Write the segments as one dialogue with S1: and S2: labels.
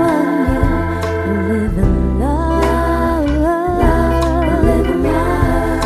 S1: love you, live in love, live in love.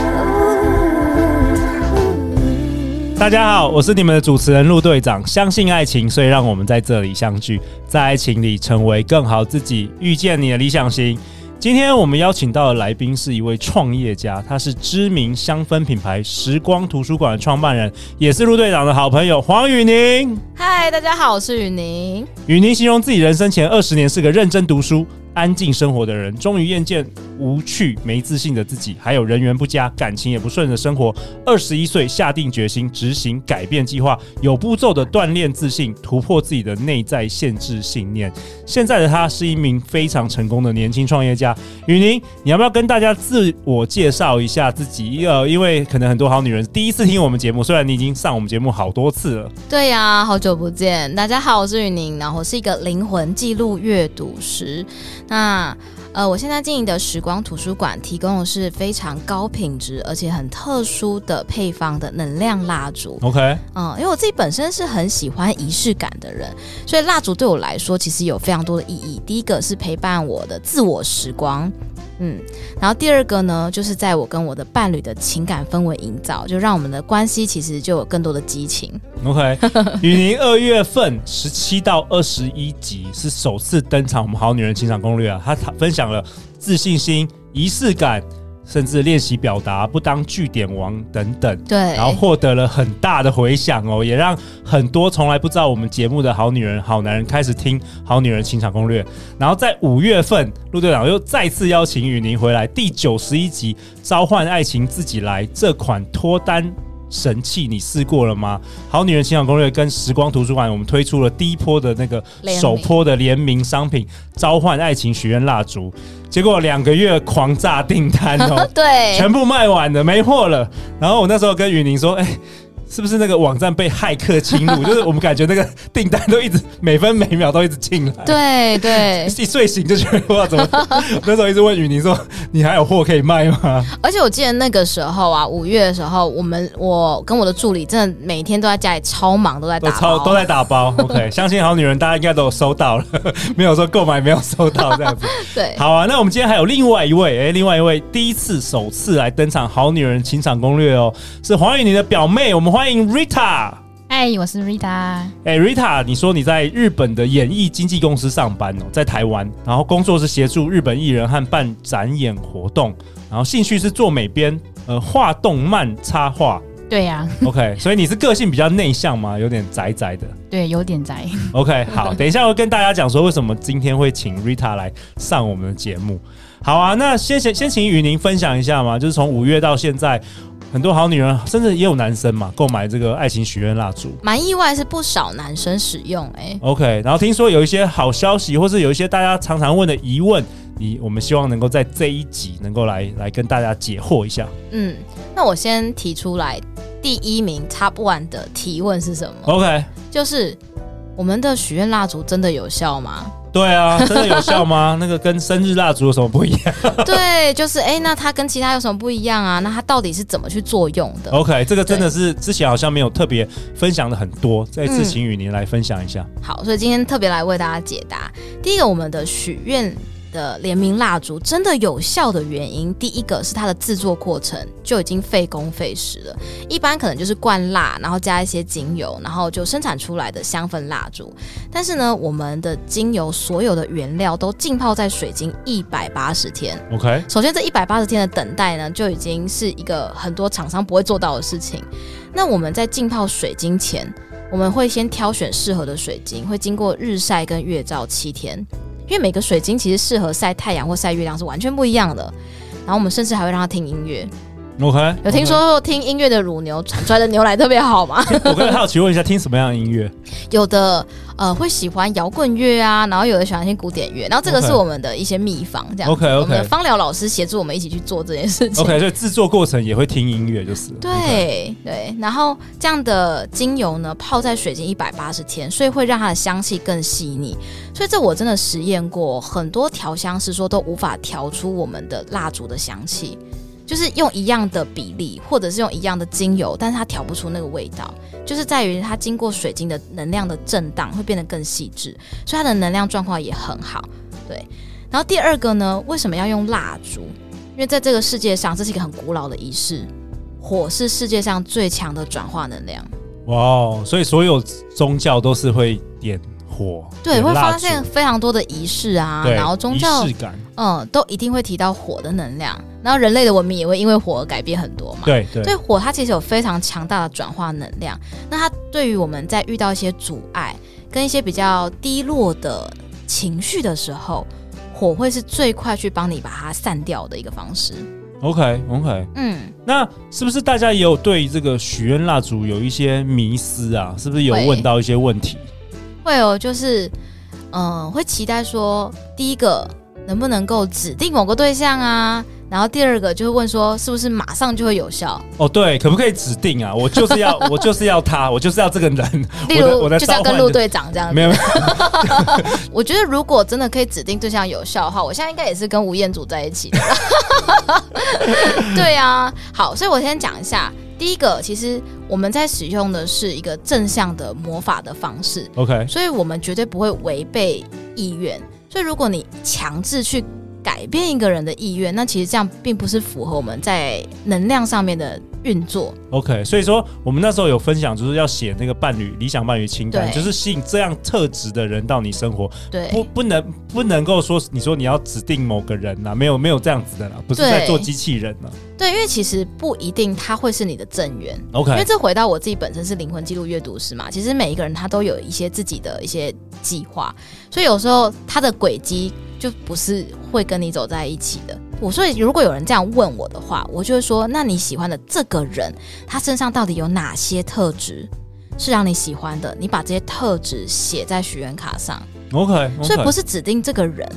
S2: 大家好，我是你们的主持人陆队长。相信爱情，所以让我们在这里相聚，在爱情里成为更好自己，遇见你的理想型。今天我们邀请到的来宾是一位创业家，他是知名香氛品牌时光图书馆的创办人，也是陆队长的好朋友黄宇宁。
S3: 嗨，大家好，我是雨宁。
S2: 雨宁形容自己人生前二十年是个认真读书、安静生活的人，终于厌倦无趣、没自信的自己，还有人缘不佳、感情也不顺的生活。二十一岁下定决心执行改变计划，有步骤的锻炼自信，突破自己的内在限制信念。现在的他是一名非常成功的年轻创业家。雨宁，你要不要跟大家自我介绍一下自己？呃，因为可能很多好女人第一次听我们节目，虽然你已经上我们节目好多次了。
S3: 对呀、好久不见，大家好，我是雨宁，然后我是一个灵魂记录阅读师。那呃，我现在经营的时光图书馆提供的是非常高品质而且很特殊的配方的能量蜡烛。
S2: OK，
S3: 嗯，因为我自己本身是很喜欢仪式感的人，所以蜡烛对我来说其实有非常多的意义。第一个是陪伴我的自我时光，嗯，然后第二个呢，就是在我跟我的伴侣的情感氛围营造，就让我们的关系其实就有更多的激情。
S2: OK，雨 宁二月份十七到二十一集是首次登场我们《好女人情场攻略》啊，她分享了自信心、仪式感，甚至练习表达、不当据点王等等，
S3: 对，
S2: 然后获得了很大的回响哦，也让很多从来不知道我们节目的好女人、好男人开始听《好女人情场攻略》。然后在五月份，陆队长又再次邀请雨宁回来，第九十一集《召唤爱情自己来》这款脱单。神器，你试过了吗？好女人情场攻略跟时光图书馆，我们推出了第一波的那个
S3: 联名
S2: 首波的联名商品——召唤爱情许愿蜡烛，结果两个月狂炸订单 哦，
S3: 对，
S2: 全部卖完了，没货了。然后我那时候跟雨宁说，哎、是不是那个网站被骇客侵 入？就是我们感觉那个订单都一直每分每秒都一直进来。
S3: 对对，
S2: 一睡醒就觉得哇，怎么？那时候一直问雨宁说：“你还有货可以卖吗
S3: 而且我记得那个时候啊，五月的时候，我们我跟我的助理真的每天都在家里超忙，都在？”
S2: 都
S3: 打
S2: 超
S3: 包
S2: 都在打 包。OK，相信好女人大家应该都有收到了， 没有说购买没有收到这样子。
S3: 对，
S2: 好啊，那我们今天还有另外一位，哎、另外一位第一次首次来登场《好女人情场攻略》哦，是黄雨宁的表妹，我们欢迎 Rita。
S4: 嗨，我是 Rita。
S2: 哎、r i t a 你说你在日本的演艺经纪公司上班哦，在台湾，然后工作是协助日本艺人和办展演活动，然后兴趣是做美编，呃，画动漫插画。
S4: 对啊呀、
S2: OK，所以你是个性比较内向吗？有点宅宅的。
S4: 对，有点宅。
S2: OK，好，等一下我跟大家讲说为什么今天会请 Rita 来上我们的节目。好啊，那先先先请雨宁分享一下嘛，就是从五月到现在，很多好女人，甚至也有男生嘛，购买这个爱情许愿蜡烛。
S3: 蛮意外是不少男生使用、欸，
S2: OK，然后听说有一些好消息，或是有一些大家常常问的疑问，你我们希望能够在这一集能够来来跟大家解惑一下。
S3: 嗯，那我先提出来第一名 Top One 的提问是什么？
S2: OK，
S3: 就是我们的许愿蜡烛真的有效 吗？
S2: 对啊，真的有效吗？ 那个跟生日蜡烛有什么不一样
S3: 对，就是哎、那它跟其他有什么不一样啊？那它到底是怎么去作用的？
S2: ？OK，这个真的是之前好像没有特别分享的很多，这次请雨宁来分享一下。
S3: 好，所以今天特别来为大家解答。第一个，我们的许愿的联名蜡烛真的有效的原因，第一个是它的制作过程就已经费工费时了，一般可能就是灌蜡，然后加一些精油，然后就生产出来的香氛蜡烛。但是呢，我们的精油所有的原料都浸泡在水晶一百八十天。
S2: OK，
S3: 首先，这一百八十天的等待呢，就已经是一个很多厂商不会做到的事情。那我们在浸泡水晶前，我们会先挑选适合的水晶，会经过日晒跟月照七天，因为每个水晶其实适合晒太阳或晒月亮是完全不一样的。然后我们甚至还会让它听音乐，
S2: OK，
S3: 有听
S2: 嗯
S3: 说听音乐的乳牛产出来的 牛奶特别好吗？
S2: 我刚才好奇问一下，听什么样的音 乐？
S3: 有的呃会喜欢摇滚乐啊，然后有的喜欢听古典乐，然后这个
S2: OK
S3: 是我们的一些秘方，这样子
S2: OK，OK
S3: 我们的芳疗老师协助我们一起去做这件事情。
S2: OK，所以制作过程也会听音乐，就是了
S3: 对对，然后这样的精油呢，泡在水晶一百八十天，所以会让它的香气更细腻。所以这我真的实验过，很多调香师说都无法调出我们的蜡烛的香气，就是用一样的比例，或者是用一样的精油，但是它调不出那个味道，就是在于它经过水晶的能量的震荡，会变得更细致，所以它的能量状况也很好。对，然后第二个呢，为什么要用蜡烛？因为在这个世界上，这是一个很古老的仪式，火是世界上最强的转化能量。
S2: 哇哦，所以所有宗教都是会点火，
S3: 对，
S2: 点
S3: 会
S2: 蜡
S3: 发
S2: 烛
S3: 现非常多的仪式啊，
S2: 对
S3: 然后宗教
S2: 仪式感，
S3: 嗯都一定会提到火的能量，然后人类的文明也会因为火而改变很多嘛。
S2: 对对
S3: 所以火它其实有非常强大的转化能量，那它对于我们在遇到一些阻碍跟一些比较低落的情绪的时候，火会是最快去帮你把它散掉的一个方式。
S2: ，OK OK。
S3: 嗯，
S2: 那是不是大家也有对这个许愿蜡烛有一些迷思啊？是不是有
S3: 会
S2: 问到一些问题？
S3: 会哦，就是嗯、呃会期待说，第一个能不能够指定某个对象啊，然后第二个就会问说，是不是马上就会有效？
S2: 哦，对，可不可以指定啊？我就是 要，我就是要他，我就是要这个人。我
S3: 例
S2: 的
S3: 如
S2: 我的
S3: 就是要
S2: 召
S3: 跟
S2: 唤
S3: 陆
S2: 的
S3: 队长这样子
S2: 没。有，没有
S3: 我觉得如果真的可以指定对象有效的话，我现在应该也是跟吴彦祖在一起的。 对啊，好，所以我先讲一下，第一个，其实我们在使用的是一个正向的魔法的方式，
S2: OK，
S3: 所以我们绝对不会违背意愿。所以如果你强制去改变一个人的意愿，那其实这样并不是符合我们在能量上面的运作。
S2: OK，所以说我们那时候有分享，就是要写那个伴侣理想伴侣清单，
S3: 对
S2: 就是吸引这样特质的人到你生活，不
S3: 对，
S2: 不能不能够说你说你要指定某个人啊呐、没有没有这样子的啦，不是
S3: 对
S2: 在做机器人啊呐、
S3: 对，因为其实不一定他会是你的正缘。因为
S2: OK，
S3: 这回到我自己本身是灵魂记录阅读师嘛，其实每一个人他都有一些自己的一些计划，所以有时候他的轨迹就不是会跟你走在一起的。我所以如果有人这样问我的话，我就会说，那你喜欢的这个人，他身上到底有哪些特质是让你喜欢的？你把这些特质写在许愿卡上。
S2: OK，, o k
S3: 所以不是指定这个人。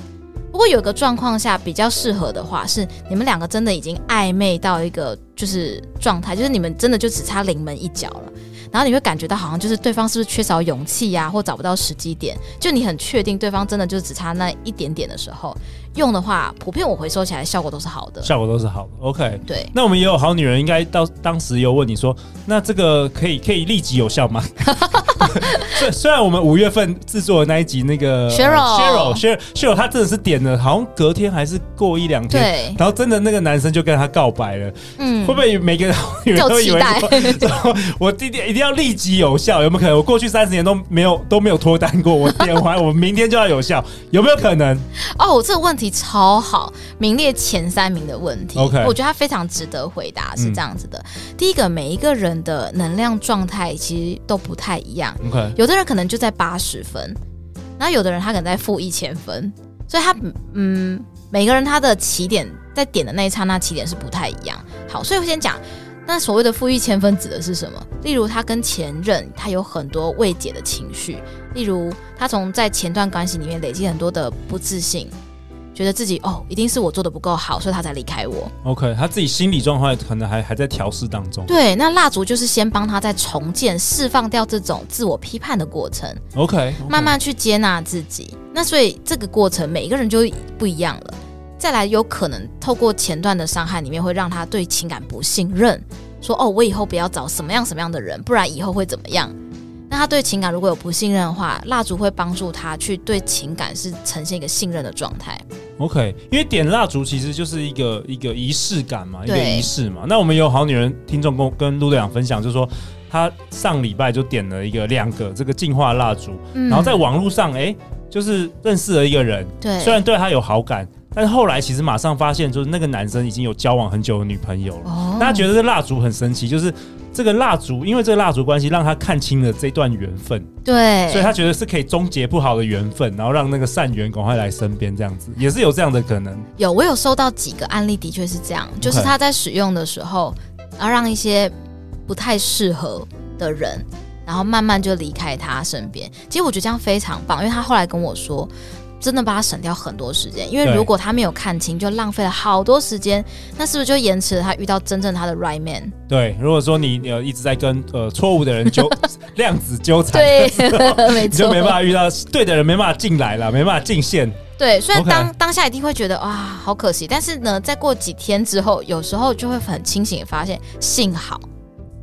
S3: 不过有个状况下比较适合的话，是你们两个真的已经暧昧到一个就是状态，就是你们真的就只差临门一脚了。然后你会感觉到好像就是对方是不是缺少勇气呀、或找不到时机点。就你很确定对方真的就只差那一点点的时候，用的话，普遍我回收起来效果都是好的。
S2: 效果都是好的。OK，
S3: 对，
S2: 那我们也有好女人，应该到当时也有问你说，那这个可以可以立即有效吗？ 虽虽然我们五月份制作的那一集那个
S3: Cheryl
S2: Cheryl Cheryl Cheryl，她真的是点了，好像隔天还是过一两天。
S3: 对，
S2: 然后真的那个男生就跟她告白了，
S3: 嗯
S2: 会不会每个好女人都以为 说我弟弟一定要立即有效？有没有可能？我过去三十年都没有都没有脱单过，我点 完我明天就要有效，有没有可能？
S3: 哦，我这个问题超好，名列前三名的问题。
S2: OK
S3: 我觉得它非常值得回答，是
S2: 嗯
S3: 这样子的。第一个，每一个人的能量状态其实都不太一样，
S2: OK，
S3: 有的人可能就在八十分，然后有的人他可能在负一千分，所以他嗯，每个人他的起点在点的那一刹那起点是不太一样。好，所以我先讲。那所谓的负一千分指的是什么？例如他跟前任，他有很多未解的情绪，例如他从在前段关系里面累积很多的不自信，觉得自己哦一定是我做的不够好，所以他才离开我。
S2: OK，他自己心理状况可能还还在调试当中。
S3: 对，那蜡烛就是先帮他在重建、释放掉这种自我批判的过程。
S2: OK，,
S3: 慢慢去接纳自己。那所以这个过程，每一个人就不一样了。再来，有可能透过前段的伤害里面，会让他对情感不信任，说哦，我以后不要找什么样什么样的人，不然以后会怎么样。那他对情感如果有不信任的话，蜡烛会帮助他去对情感是呈现一个信任的状态。
S2: OK，因为点蜡烛其实就是一个一个仪式感嘛，一个
S3: 对
S2: 仪式嘛。那我们有好女人听众跟跟陆队长分享，就是说她上礼拜就点了一个两个这个净化蜡烛，
S3: 嗯
S2: 然后在网络上哎、诶就是认识了一个人，
S3: 对，
S2: 虽然对她有好感，但是后来其实马上发现，就是那个男生已经有交往很久的女朋友了。
S3: 哦
S2: 大家觉得这蜡烛很神奇，就是这个蜡烛，因为这个蜡烛关系，让他看清了这段缘分，所以
S3: 对，
S2: 他觉得是可以终结不好的缘分，然后让那个善缘赶快来身边，这样子也是有这样的可能。
S3: 有我有收到几个案例，的确是这样，就是他在使用的时候，然后让一些不太适合的人，然后慢慢就离开他身边。其实我觉得这样非常棒，因为他后来跟我说。真的帮他省掉很多时间，因为
S2: 对
S3: 如果他没有看清，就浪费了好多时间，那是不是就延迟了他遇到真正他的 right man？
S2: 对，如果说你呃一直在跟呃错误的人 纠量子纠缠，
S3: 对， 没
S2: 你就
S3: 错，
S2: 没办法遇到对的人，没办法进来了，没办法进线。
S3: 对，虽然
S2: OK
S3: 当当下一定会觉得哇，好可惜，但是呢，再过几天之后，有时候就会很清醒地发现，幸好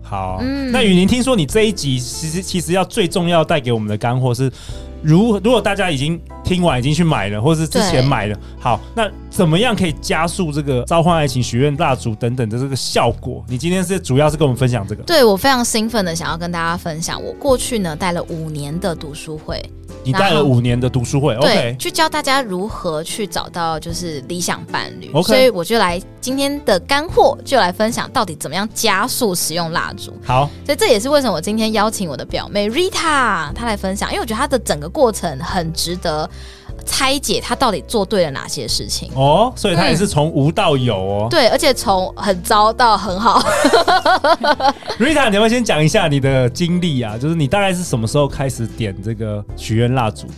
S2: 好，
S3: 嗯
S2: 那雨宁，听说你这一集其实其实要最重要带给我们的干货是，如如果大家已经听完已经去买了，或是之前
S3: 对
S2: 买了，好，那怎么样可以加速这个召唤爱情、许愿蜡烛等等的这个效果？你今天是主要是跟我们分享这个，
S3: 对我非常兴奋的想要跟大家分享，我过去呢带了五年的读书会，
S2: 你带了
S3: 然后
S2: 五年的读书会
S3: 对
S2: ，OK，，
S3: 去教大家如何去找到就是理想伴侣。
S2: OK
S3: 所以我就来今天的干货就来分享到底怎么样加速使用蜡烛。
S2: 好，
S3: 所以这也是为什么我今天邀请我的表妹 Rita 她来分享，因为我觉得她的整个过程很值得拆解，她到底做对了哪些事情。
S2: 哦，所以他也
S3: 嗯
S2: 是从无到有哦。
S3: 对，而且从很糟到很好，
S2: Rita，你要不要先讲一下你的经历啊？就是你大概是什么时候开始点这个许愿蜡烛的？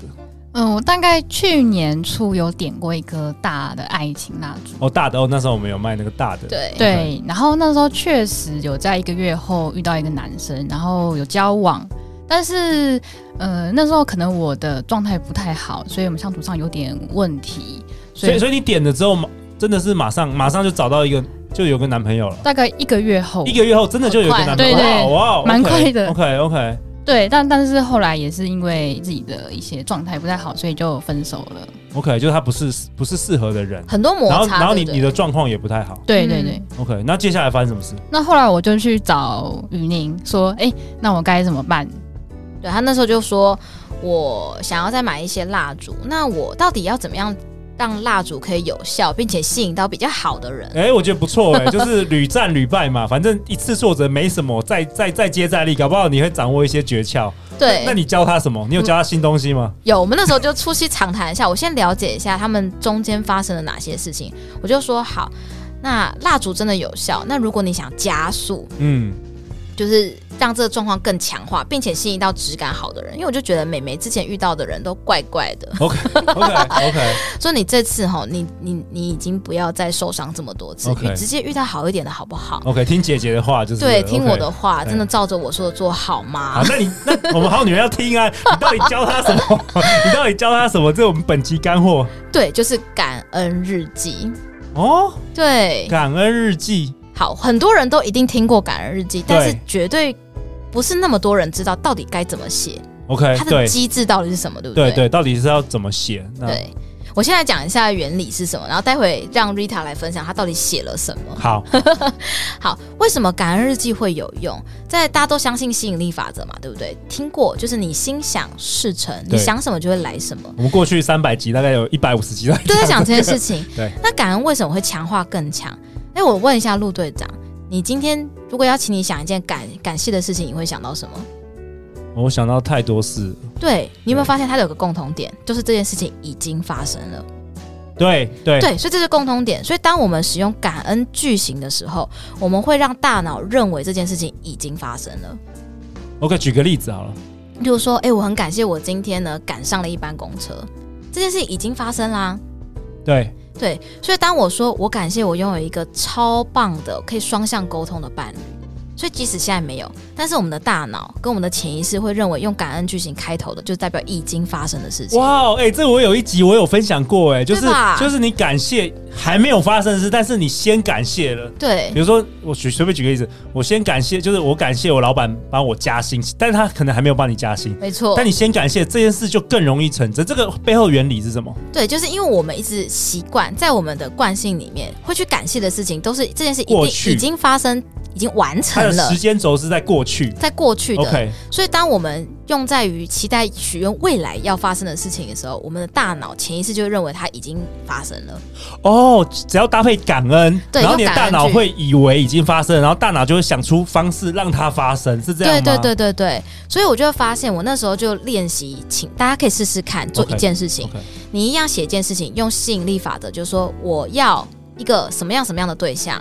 S4: 嗯，我大概去年初有点过一个大的爱情蜡烛，
S2: 哦，大的哦，那时候我们有卖那个大的，
S3: 对
S4: 对，然后那时候确实有在一个月后遇到一个男生，然后有交往，但是呃那时候可能我的状态不太好，所以我们相处上有点问题，
S2: 所以所以你点了之后，马真的是马上马上就找到一个，就有个男朋友了。
S4: 大概一个月
S3: 哦
S4: 后
S2: 一个月后真的就有一个男朋友，
S4: 很快
S2: 哇
S4: 对
S2: 哇，
S4: 蛮快的
S2: OK OK，
S4: 对，但但是后来也是因为自己的一些状态不太好，所以就分手了。
S2: OK，就是他不是不是适合的人。
S3: 很多摩
S2: 然
S3: 擦。
S2: 后然后你
S3: 对不对
S2: 你的状况也不太好。
S4: 对
S3: 嗯
S4: 对对，
S2: OK，那接下来发生什么事？
S4: 那后来我就去找雨宁说，哎、那我该怎么办？
S3: 对他那时候就说，我想要再买一些蜡烛，那我到底要怎么样让蜡烛可以有效，并且吸引到比较好的人？
S2: 哎、我觉得不错哎、就是屡战屡败嘛，反正一次挫折没什么，再再再接再厉，搞不好你会掌握一些诀窍。
S3: 对
S2: 那，你教他什么？你有教他新东西吗？
S3: 有我们那时候就初期长谈一下，我先了解一下他们中间发生了哪些事情。我就说好，那蜡烛真的有效。那如果你想加速，
S2: 嗯，
S3: 就是让这个状况更强化，并且吸引到质感好的人，因为我就觉得美眉之前遇到的人都怪怪的，
S2: OK OK OK，
S3: 所以你这次哈，你你你已经不要再受伤这么多次
S2: OK
S3: 你直接遇到好一点的好不好？
S2: OK，听姐姐的话就是
S3: 对，
S2: OK
S3: 听我的话，
S2: 哎
S3: 真的照着我说的做好
S2: 好
S3: 吗，？
S2: 那你那我们好女人要听啊！你到底教她什 么？你到底教她什么？这是我们本期干货
S3: 对，就是感恩日记。
S2: 哦，
S3: 对，
S2: 感恩日记。
S3: 好，很多人都一定听过感恩日记，
S2: 对
S3: 但是绝对不是那么多人知道到底该怎么写，
S2: OK，
S3: 它的
S2: 哎对
S3: 机制到底是什么，对不
S2: 对嗯
S3: 对
S2: 对，到底是要怎么写？那
S3: 对我现在讲一下原理是什么，然后待会让 Rita 来分享她到底写了什么。
S2: 好，
S3: 好，为什么感恩日记会有用？在大家都相信吸引力法则嘛，对不对？听过，就是你心想事成，你
S2: 对
S3: 想什么就会来什么。
S2: 我们过去三百集大概有一百五十集 在。
S3: 就在讲这件事情
S2: 对，
S3: 那感恩为什么会强化更强？哎，我问一下陆队长，你今天如果要请你想一件感感谢的事情，你会想到什么？
S2: 我想到太多事，
S3: 对你有没
S2: 对
S3: 有发现它有个共同点，就是这件事情已经发生了。
S2: 对对
S3: 对，所以这是共通点。所以当我们使用感恩句型的时候，我们会让大脑认为这件事情已经发生了。
S2: OK，举个例子好了。
S3: 例如说，哎、我很感谢我今天呢赶上了一班公车，这件事情已经发生啦、
S2: 对，
S3: 对，所以当我说我感谢我拥有一个超棒的可以双向沟通的伴侣，所以即使现在没有，但是我们的大脑跟我们的潜意识会认为用感恩句型开头的，就代表已经发生的事情。
S2: 哇哦，哎，这我有一集我有分享过，哎，就是
S3: 对吧
S2: 就是你感谢还没有发生的事，但是你先感谢了。
S3: 对
S2: 比如说，我举随便举个例子，我先感谢，就是我感谢我老板帮我加薪，但是他可能还没有帮你加薪，
S3: 没错
S2: 但，你先感谢这件事就更容易成真。这个背后原理是什么？
S3: 对，就是因为我们一直习惯在我们的惯性里面会去感谢的事情，都是这件事一
S2: 过
S3: 定
S2: 去
S3: 已经发生已经完成
S2: 它的
S3: 了
S2: 时，间轴是在过去。
S3: 在过去的
S2: OK，
S3: 所以，当我们用在于期待许愿未来要发生的事情的时候，我们的大脑潜意识就会认为它已经发生了。
S2: 哦，只要搭配感恩，
S3: 对
S2: 然后你的
S3: 用感
S2: 大
S3: 恩
S2: 脑
S3: 去
S2: 会以为已经发生了，然后大脑就会想出方式让它发生，是这样
S3: 对
S2: 吗？
S3: 对对对对，所以我就会发现，我那时候就练习，请大家可以试试看，做
S2: OK，
S3: 一件事情
S2: OK
S3: 你一样写一件事情，用吸引力法则，就是说我要一个什么样什么样的对象，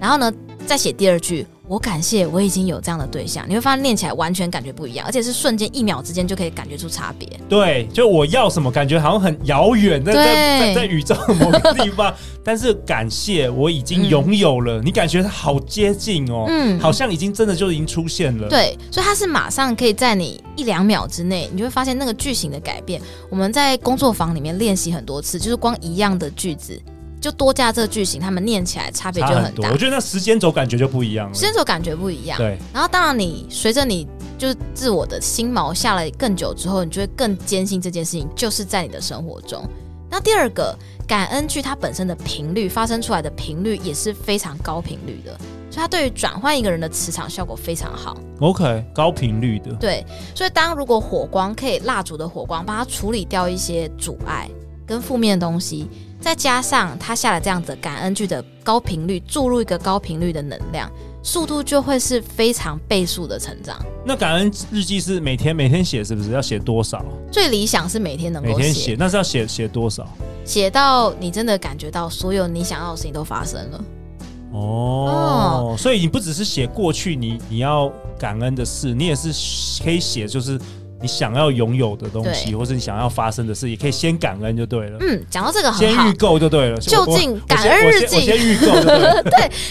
S3: 然后呢，再写第二句。我感谢我已经有这样的对象，你会发现练起来完全感觉不一样，而且是瞬间一秒之间就可以感觉出差别。
S2: 对，就我要什么，感觉好像很遥远，在在
S3: 对
S2: 在在宇宙某个地方。但是感谢我已经拥有了，你感觉它好接近哦，
S3: 嗯
S2: 好像已经真的就已经出现了。，
S3: 对，所以它是马上可以在你一两秒之内，你就会发现那个句型的改变。我们在工作坊里面练习很多次，就是光一样的句子，就多加这个句型，他们念起来差别就
S2: 差
S3: 很
S2: 多。
S3: 大
S2: 我，觉得那时间轴感觉就不一样了
S3: 时。间轴感觉不一样。
S2: 对，
S3: 然后当然你随着你就是自我的心锚下来更久之后，你就会更坚信这件事情就是在你的生活中。那第二个，感恩句它本身的频率发生出来的频率也是非常高频率的，所以它对于转换一个人的磁场效果非常好。
S2: OK，高频率的，
S3: 对，所以当如果火光可以蜡烛的火光帮它处理掉一些阻碍跟负面的东西，再加上它下了这样子的感恩句的高频率，注入一个高频率的能量，速度就会是非常倍数的成长。
S2: 那感恩日记是每天每天写，是不是要写多少？
S3: 最理想是每天能
S2: 每
S3: 够
S2: 天
S3: 写
S2: 写，，那是要写写多少？
S3: 写到你真的感觉到所有你想要的事情都发生了。
S2: 哦，所以你不只是写过去你你要感恩的事，你也是可以写就是你想要拥有的东西，
S3: 对
S2: 或是你想要发生的事，也可以先感恩就对了，
S3: 嗯，讲到这个
S2: 先
S3: 很好
S2: 预， 购就对了。
S3: 就
S2: 我
S3: 近
S2: 我
S3: 感恩日
S2: 我先我
S3: 记，
S2: 先预购就对了。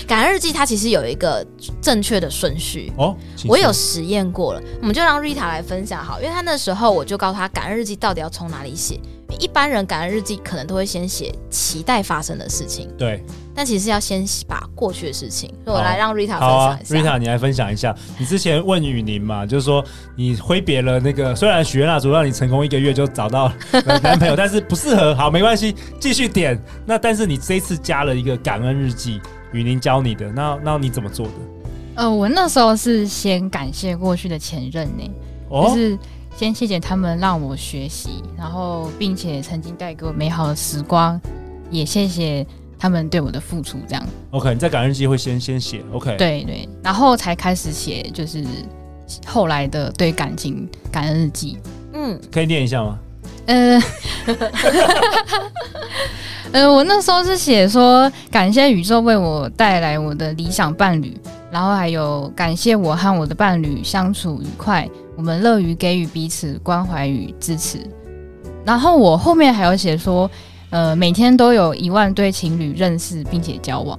S3: 感恩日记它其实有一个正确的顺序。
S2: 哦，请
S3: 我有
S2: 说
S3: 实验过了，我们就让 Rita 来分享好，因为她那时候我就告诉她感恩日记到底要从哪里写。因为一般人感恩日记可能都会先写期待发生的事情，
S2: 对，
S3: 但其实要先把过去的事情。所以我
S2: 好
S3: 来让 Rita
S2: 好啊
S3: 分享一下。
S2: ，Rita，你来分享一下，你之前问雨宁嘛，就是说你挥别了那个，虽然许愿蜡烛让你成功一个月就找到 男朋友，但是不适合，好，没关系，继续点。那但是你这一次加了一个感恩日记，雨宁教你的，那那你怎么做的？
S4: 呃，我那时候是先感谢过去的前任呢、就
S2: 哦，
S4: 是先谢谢他们让我学习，然后并且曾经带给我美好的时光，也谢谢他们对我的付出，这样
S2: OK，你在感恩日记会先先写 OK，，
S4: 对对，然后才开始写就是后来的对感情感恩日记。
S3: 嗯，
S2: 可以念一下吗？
S4: 呃， 呃，我那时候是写说感谢宇宙为我带来我的理想伴侣，然后还有感谢我和我的伴侣相处愉快，我们乐于给予彼此关怀与支持。然后我后面还有写说，呃，每天都有一万对情侣认识并且交往。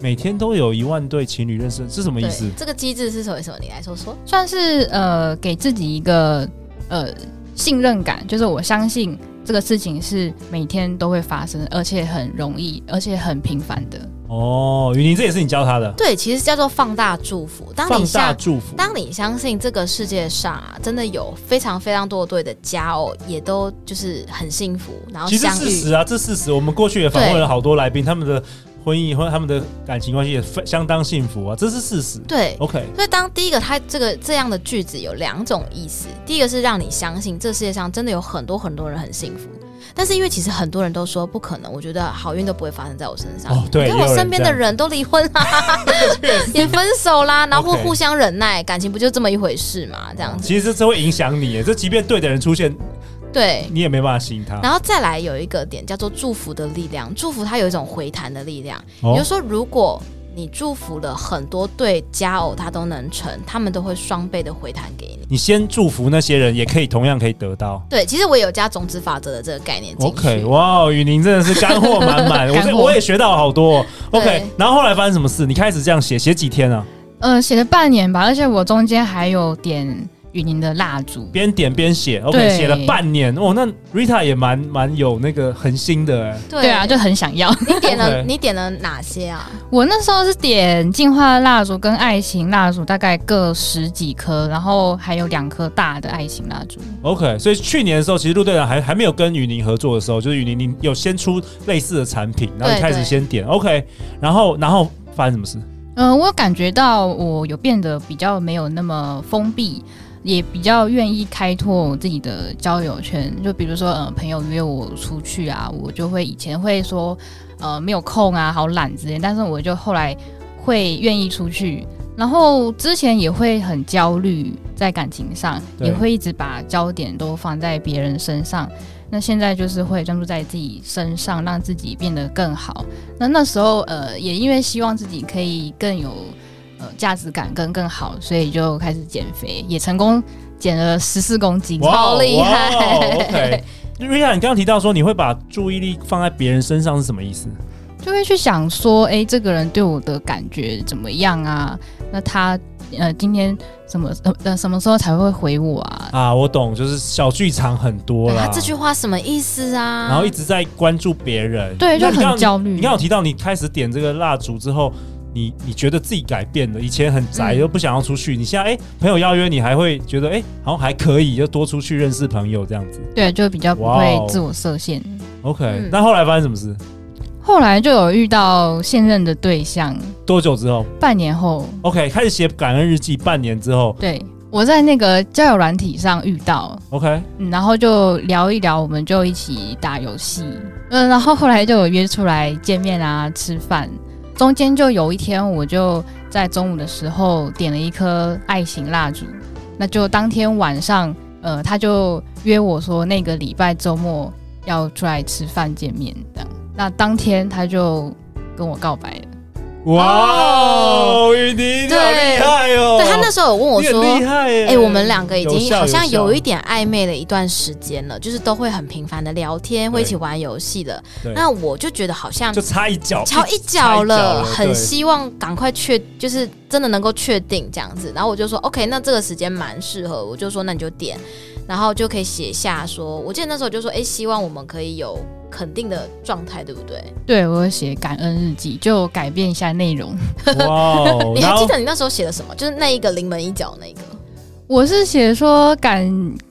S2: 每天都有一万对情侣认识，是什么意
S3: 对
S2: 思？，
S3: 这个机制是什么？什么？你来说说。
S4: 算是呃给自己一个呃信任感，就是我相信这个事情是每天都会发生，而且很容易，而且很频繁的。
S2: 哦，雨宁这也是你教他的，
S3: 对，其实叫做放大祝福。当
S2: 放
S3: 你
S2: 大
S3: 像
S2: 祝福。
S3: 当你相信这个世界上啊，真的有非常非常多对的家哦，也都就是很幸福，然后
S2: 其实
S3: 相
S2: 事
S3: 遇
S2: 实。啊，这事实我们过去也访问
S3: 对
S2: 了好多来宾，他们的婚姻或他们的感情关系也非相当幸福啊，这是事实。
S3: 对，
S2: OK，
S3: 所以，当第一个它这个这样的句子有两种意思，第一个是让你相信这世界上真的有很多很多人很幸福，但是因为其实很多人都说不可能，我觉得好运都不会发生在我身上。
S2: 哦对
S3: 你看
S2: 也有
S3: 我
S2: 人
S3: 身边的
S2: 这样
S3: 人都离婚啦， 也分手啦，然后
S2: OK
S3: 互相忍耐，感情不就这么一回事嘛？这样子，
S2: 其实这这会影响你耶，这即便对的人出现，
S3: 对。
S2: 你也没办法吸引他。
S3: 然后再来有一个点叫做祝福的力量，祝福它有一种回弹的力量。
S2: 哦
S3: 也就是说，如果你祝福了很多对佳偶，他都能成，他们都会双倍的回弹给你。
S2: 你先祝福那些人，也可以同样可以得到。
S3: 对，其实我也有加种子法则的这个概念进去。
S2: OK，哇，哦雨宁真的是干货满 满，我
S4: 干
S2: 这
S4: 货
S2: 我也学到了好多哦、OK，
S3: 对
S2: 然后后来发生什么事？你开始这样写，写几天啊？
S4: 呃，写了半年吧，而且我中间还有点雨林的蜡烛。
S2: 边点边写，OK，
S4: 对
S2: 写了半年。哦，那 Rita 也蛮蛮有那个恒心的哎。
S3: 对
S4: 对啊，就很想要。
S3: 你点了
S2: OK
S3: 你点了哪些啊？
S4: 我那时候是点进化蜡烛跟爱情蜡烛，大概各十几颗，然后还有两颗大的爱情蜡烛。
S2: OK，所以去年的时候，其实陆队长还还没有跟雨宁合作的时候，就是雨宁你有先出类似的产品，然后你
S3: 对
S2: 开始
S3: 对
S2: 先点 OK，然后然后发生什么事？
S4: 嗯、我有感觉到我有变得比较没有那么封闭，也比较愿意开拓我自己的交友圈。就比如说，呃，朋友约我出去啊，我就会以前会说，呃，没有空啊，好懒之类，但是我就后来会愿意出去。然后之前也会很焦虑，在感情上
S2: 对
S4: 也会一直把焦点都放在别人身上。那现在就是会专注在自己身上，让自己变得更好。那那时候呃，也因为希望自己可以更有呃价值感跟更好，所以就开始减肥，也成功减了十四公斤。
S2: 哇哦
S3: 超厉害
S2: 哇哦！OK，瑞亚，你刚刚提到说你会把注意力放在别人身上是什么意思？
S4: 就会去想说，哎、这个人对我的感觉怎么样啊？那他呃，今天什么呃呃什么时候才会回我啊？
S2: 啊，我懂，就是小剧场很多
S3: 他
S2: 啦。
S3: 这句话什么意思啊？
S2: 然后一直在关注别人，
S4: 对，就
S2: 那你刚
S4: 很焦
S3: 嗯
S4: 虑。
S2: 你刚有提到你开始点这个蜡烛之后，你你觉得自己改变了，以前很宅
S4: 嗯
S2: 又不想要出去，你现在哎、朋友邀约你还会觉得哎、好像还可以，就多出去认识朋友这样子。
S4: 对，就比较不
S2: 哇哦
S4: 会自我设限。
S2: OK，、
S3: 嗯
S2: 那后来发生什么事？
S4: 后来就有遇到现任的对象，
S2: 多久之后
S4: 半年后，
S2: ？OK，开始写感恩日记，半年之后
S4: 对我在那个交友软体上遇到，
S2: ，OK，
S4: 嗯，然后就聊一聊，我们就一起打游戏，嗯，然后后来就有约出来见面啊，吃饭。中间就有一天，我就在中午的时候点了一颗爱情蜡烛，那就当天晚上，呃，他就约我说那个礼拜周末要出来吃饭见面这样。那当天他就跟我告白了，
S2: 哇
S3: 哦
S2: 哦，雨婷你好厉
S3: 对
S2: 害哦！
S3: 对他那时候有问我
S2: 你很
S3: 说，
S2: 厉害耶，
S3: 哎、我们两个已
S2: 有
S3: 经
S2: 效
S3: 好像
S2: 有效
S3: 有一点暧昧了一段时间了，就是都会很频繁的聊天，会一起玩游戏的
S2: 对。
S3: 那我就觉得好像
S2: 就差一脚，
S3: 敲哦一
S2: 差
S3: 脚了，
S2: 对
S3: 很希望赶快确，就是真的能够确定这样子。然后我就说 OK，那这个时间蛮适合，我就说那你就点，然后就可以写下说，我记得那时候就说，哎、希望我们可以有肯定的状态，对不对？！
S4: 对我有写感恩日记，就改变一下内容。
S2: 哇哦
S3: 你
S2: 然
S3: 还
S2: 后
S3: 记得你那时候写的什么？就是那一个临门一脚 那个。
S4: 我是写说感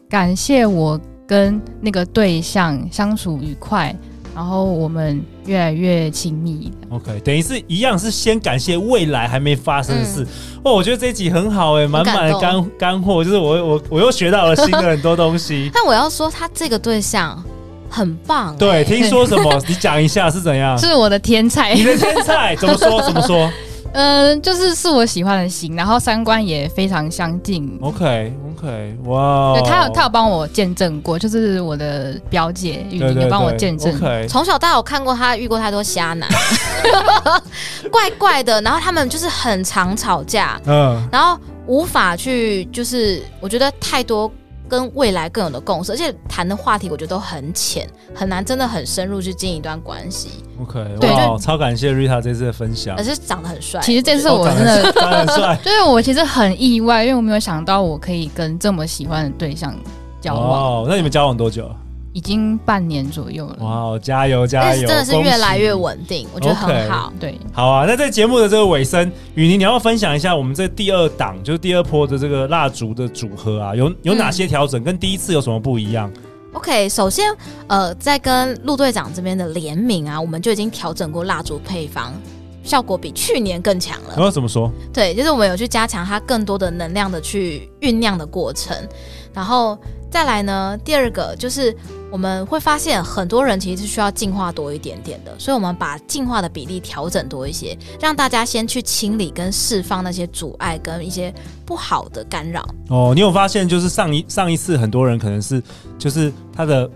S4: 感谢我跟那个对象相处愉快，然后我们越来越亲密。
S2: OK，等于是一样是先感谢未来还没发生的事。
S4: 嗯
S2: 哦，我觉得这一集很好哎、满满的
S3: 很感。
S2: 干干货，就是我我我又学到了 新的很多东西
S3: 但我要说，他这个对象很棒、欸，
S2: 对，听说什么？ 你讲一下是怎样？
S4: 是啊我的天才
S2: 你，的天才怎么说？怎么说
S4: 嗯、就是是我喜欢的型，然后三观也非常相近。
S2: ？OK OK，哇哦、
S4: 对他有他有帮我见证过，就是我的表姐
S2: 对
S4: 雨婷
S2: 对
S4: 有
S2: 对
S4: 帮我见证。
S2: OK，
S3: 从小到大我看过他遇过太多瞎男， 怪怪的，然后他们就是很常吵架，
S2: 嗯，
S3: 然后无法去就是我觉得太多跟未来更有的共识，而且谈的话题我觉得都很浅，很难真的很深入去经营一段关系，
S2: OK，
S4: 对
S2: 哇
S4: 就
S2: 哦，超感谢 Rita 这次的分享
S3: 而。是长得很帅。
S4: 其实这次
S2: 哦
S4: 我
S2: 长
S4: 真
S2: 得
S4: 的，，
S2: 长得很帅
S4: 就是我其实很意外，因为我没有想到我可以跟这么喜欢的对象交往，
S2: 哦，那你们交往多久？
S4: 已经半年左右了。
S2: 哇哦，加油加
S3: 但
S4: 哎
S2: 油！
S3: 是真的是
S2: 恭喜
S3: 越来越稳定，我觉得很好。
S4: 对，
S2: 好啊，那在节目的这个尾声，雨宁，你要不要分享一下我们这第二档，就是第二波的这个蜡烛的组合啊，有有哪些调整，跟第一次有什么不一样？
S3: OK，首先，呃，在跟陆队长这边的联名啊，我们就已经调整过蜡烛配方，效果比去年更强了
S2: 然。后怎么说？
S3: 对，就是我们有去加强它更多的能量的去酝酿的过程，然后再来呢，第二个就是我们会发现很多人其实是需要进化多一点点的，所以我们把进化的比例调整多一些，让大家先去清理跟释放那些阻碍跟一些不好的干扰。
S2: 哦，你有发现就是上一上一次很多人可能是就是他的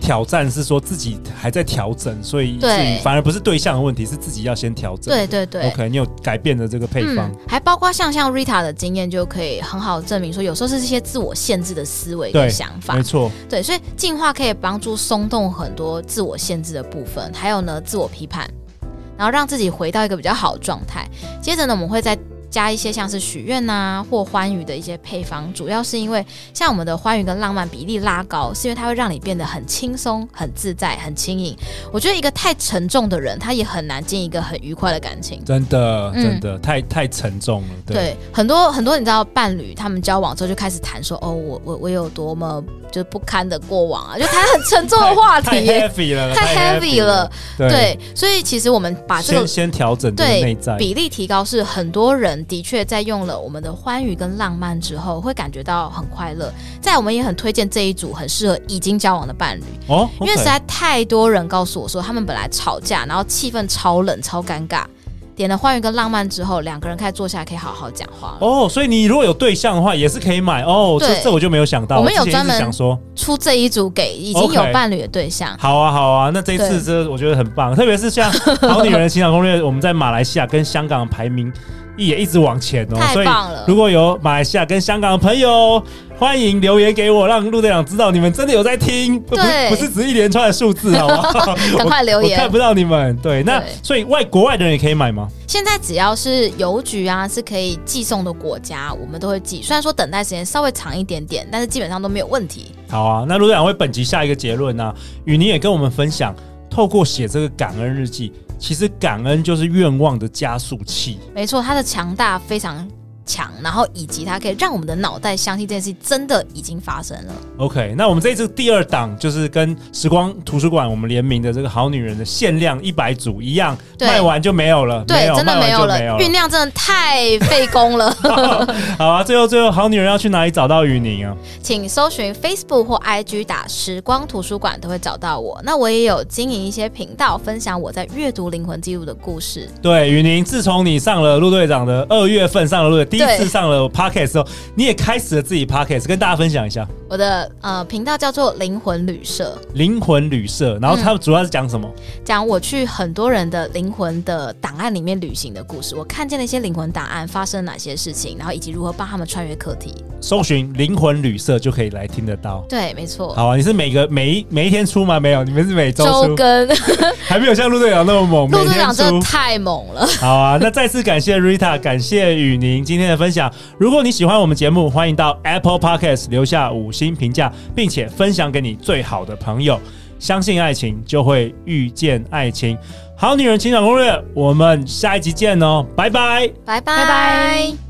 S2: 挑战是说自己还在调整，所以以至于
S3: 对
S2: 反而不是对象的问题，是自己要先调整。
S3: 对对对。
S2: OK，你有改变的这个配方。
S3: 嗯，还包括像像 Rita 的经验，就可以很好证明说，有时候是这些自我限制的思维
S2: 对
S3: 跟想法
S2: 没。错，
S3: 对，所以进化可以帮助松动很多自我限制的部分，还有呢自我批判，然后让自己回到一个比较好的状态。接着呢，我们会在加一些像是许愿呐或欢愉的一些配方，主要是因为像我们的欢愉跟浪漫比例拉高，是因为它会让你变得很轻松、很自在、很轻盈。我觉得一个太沉重的人，他也很难进一个很愉快的感情。
S2: 真的
S3: 嗯
S2: 真的、太太沉重了，对。
S3: 对，很多很多，你知道，伴侣他们交往之后就开始谈说，哦，我我我有多么就是不堪的过往啊，就谈很沉重的话
S2: 太
S3: 题
S2: 太
S3: 耶，
S2: heavy 了，
S3: 太 heavy 了。。
S2: 对，
S3: 对，所以其实我们把这
S2: 先
S3: 个
S2: 先调整的
S3: 对
S2: 内在，
S3: 比例提高，是很多人的确在用了我们的欢愉跟浪漫之后，会感觉到很快乐。在我们也很推荐这一组，很适合已经交往的伴侣。
S2: 哦，
S3: 因为
S2: OK
S3: 实在太多人告诉我说，他们本来吵架，然后气氛超冷、超尴尬，点了欢愉跟浪漫之后，两个人开始坐下来可以好好讲话了。
S2: 哦，所以你如果有对象的话，也是可以买哦。这
S3: 对
S2: 这我就没有想到，
S3: 我们有
S2: 之前一直
S3: 专门
S2: 想说，
S3: 出这一组给已经
S2: OK
S3: 有伴侣的对象，
S2: 好啊好啊，那这一次
S3: 对
S2: 这我觉得很棒，特别是像《好女人的情场攻略》，我们在马来西亚跟香港的排名也一直往前哦，所
S3: 太
S2: 以
S3: 棒了
S2: 如！果有马来西亚跟香港的朋友，欢迎留言给我，让陆队长知道你们真的有在听，不
S3: 对
S2: 不是只是一连串的数字，好不好？
S3: 赶快 留
S2: 我
S3: 言
S2: 看。不到你们，对，那
S3: 对
S2: 所以外国外的人也可以买吗？
S3: 现在只要是邮局啊是可以寄送的国家，我们都会寄。虽然说等待时间稍微长一点点，但是基本上都没有问题。
S2: 好啊，那陆队长为本集下一个结论呢、雨宁也跟我们分享，透过写这个感恩日记，其实感恩就是愿望的加速器。
S3: 没错，它的强大非常强，然后以及它可以让我们的脑袋相信这件事情真的已经发生了。
S2: OK，那我们这一次第二档就是跟时光图书馆我们联名的这个好女人的限量一百组一样，
S3: 对
S2: 卖完就没有了，
S3: 对，真的
S2: 卖完
S3: 没有
S2: 就
S3: 了
S2: 没有，
S3: 酝酿真的太费工了。
S2: 好啊，最后最后，好女人要去哪里找到雨宁啊？
S3: 请搜寻 Facebook 或 IG 打“时光图书馆”都会找到我。那我也有经营一些频道，分享我在阅读灵魂记录的故事。
S2: 对，雨宁，自从你上了陆队长的二月份上了陆队第一次
S3: 对
S2: 上了 Podcast 之后，你也开始了自己 Podcast，跟大家分享一下
S3: 我的呃频道叫做“灵魂旅社
S2: 灵魂旅社，然后
S3: 嗯
S2: 它主要是讲什么？”，
S3: 讲我去很多人的灵魂的档案里面旅行的故事，我看见了一些灵魂档案发生了哪些事情，然后以及如何帮他们穿越课题。
S2: 搜寻灵魂旅社就可以来听得到。
S3: 对，没错。
S2: 好啊，你是每个每一每一天出吗？没有，你们是每周
S3: 周
S2: 出，
S3: 更，
S2: 还没有像陆队长那么猛，
S3: 陆
S2: 每
S3: 队
S2: 天
S3: 长真
S2: 出
S3: 的。太猛了，
S2: 好啊，那再次感谢 Rita，感谢雨宁今天的分享。如果你喜欢我们节目，欢迎到 Apple Podcast 留下五星评价，并且分享给你最好的朋友。相信爱情，就会遇见爱情。好女人情感攻略，我们下一集见哦，拜拜。
S3: 拜拜
S4: 拜拜